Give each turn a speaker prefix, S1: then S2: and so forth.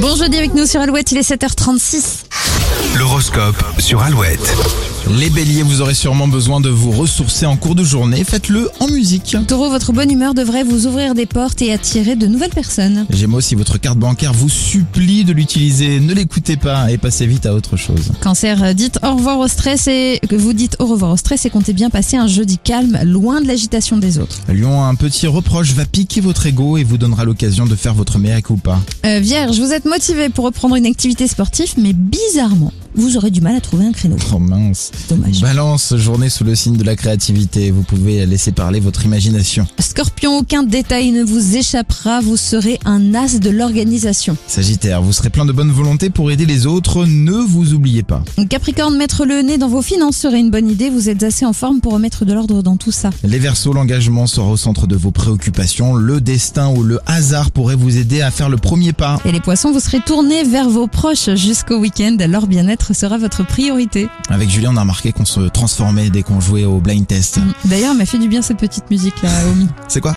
S1: Bon jeudi avec nous sur Alouette, il est 7h36.
S2: L'horoscope sur Alouette.
S3: Les béliers, vous aurez sûrement besoin de vous ressourcer en cours de journée. Faites-le en musique.
S1: Taureau, votre bonne humeur devrait vous ouvrir des portes et attirer de nouvelles personnes.
S3: Gémeaux, si votre carte bancaire vous supplie de l'utiliser, ne l'écoutez pas et passez vite à autre chose.
S1: Cancer, euh, dites au revoir au stress et que vous dites au revoir au stress et comptez bien passer un jeudi calme, loin de l'agitation des autres.
S3: Lion, un petit reproche va piquer votre ego et vous donnera l'occasion de faire votre meilleur coup pas.
S1: Euh, Vierge, vous êtes motivé pour reprendre une activité sportive, mais bizarrement, vous aurez du mal à trouver un créneau.
S3: Oh mince.
S1: Dommage.
S3: Balance, journée sous le signe de la créativité. Vous pouvez laisser parler votre imagination.
S1: Scorpion, aucun détail ne vous échappera, vous serez un as de l'organisation.
S3: Sagittaire, vous serez plein de bonne volonté pour aider les autres. Ne vous oubliez pas.
S1: Capricorne, mettre le nez dans vos finances serait une bonne idée, vous êtes assez en forme pour remettre de l'ordre dans tout ça.
S3: Les Verseaux, l'engagement sera au centre de vos préoccupations. Le destin ou le hasard pourrait vous aider à faire le premier pas.
S1: Et les poissons, vous serez tournés vers vos proches jusqu'au week-end, alors bien-être sera votre priorité.
S3: Avec Julien, on a remarqué qu'on se transformait dès qu'on jouait au blind test.
S1: D'ailleurs, elle m'a fait du bien cette petite musique là, Omi.
S3: C'est quoi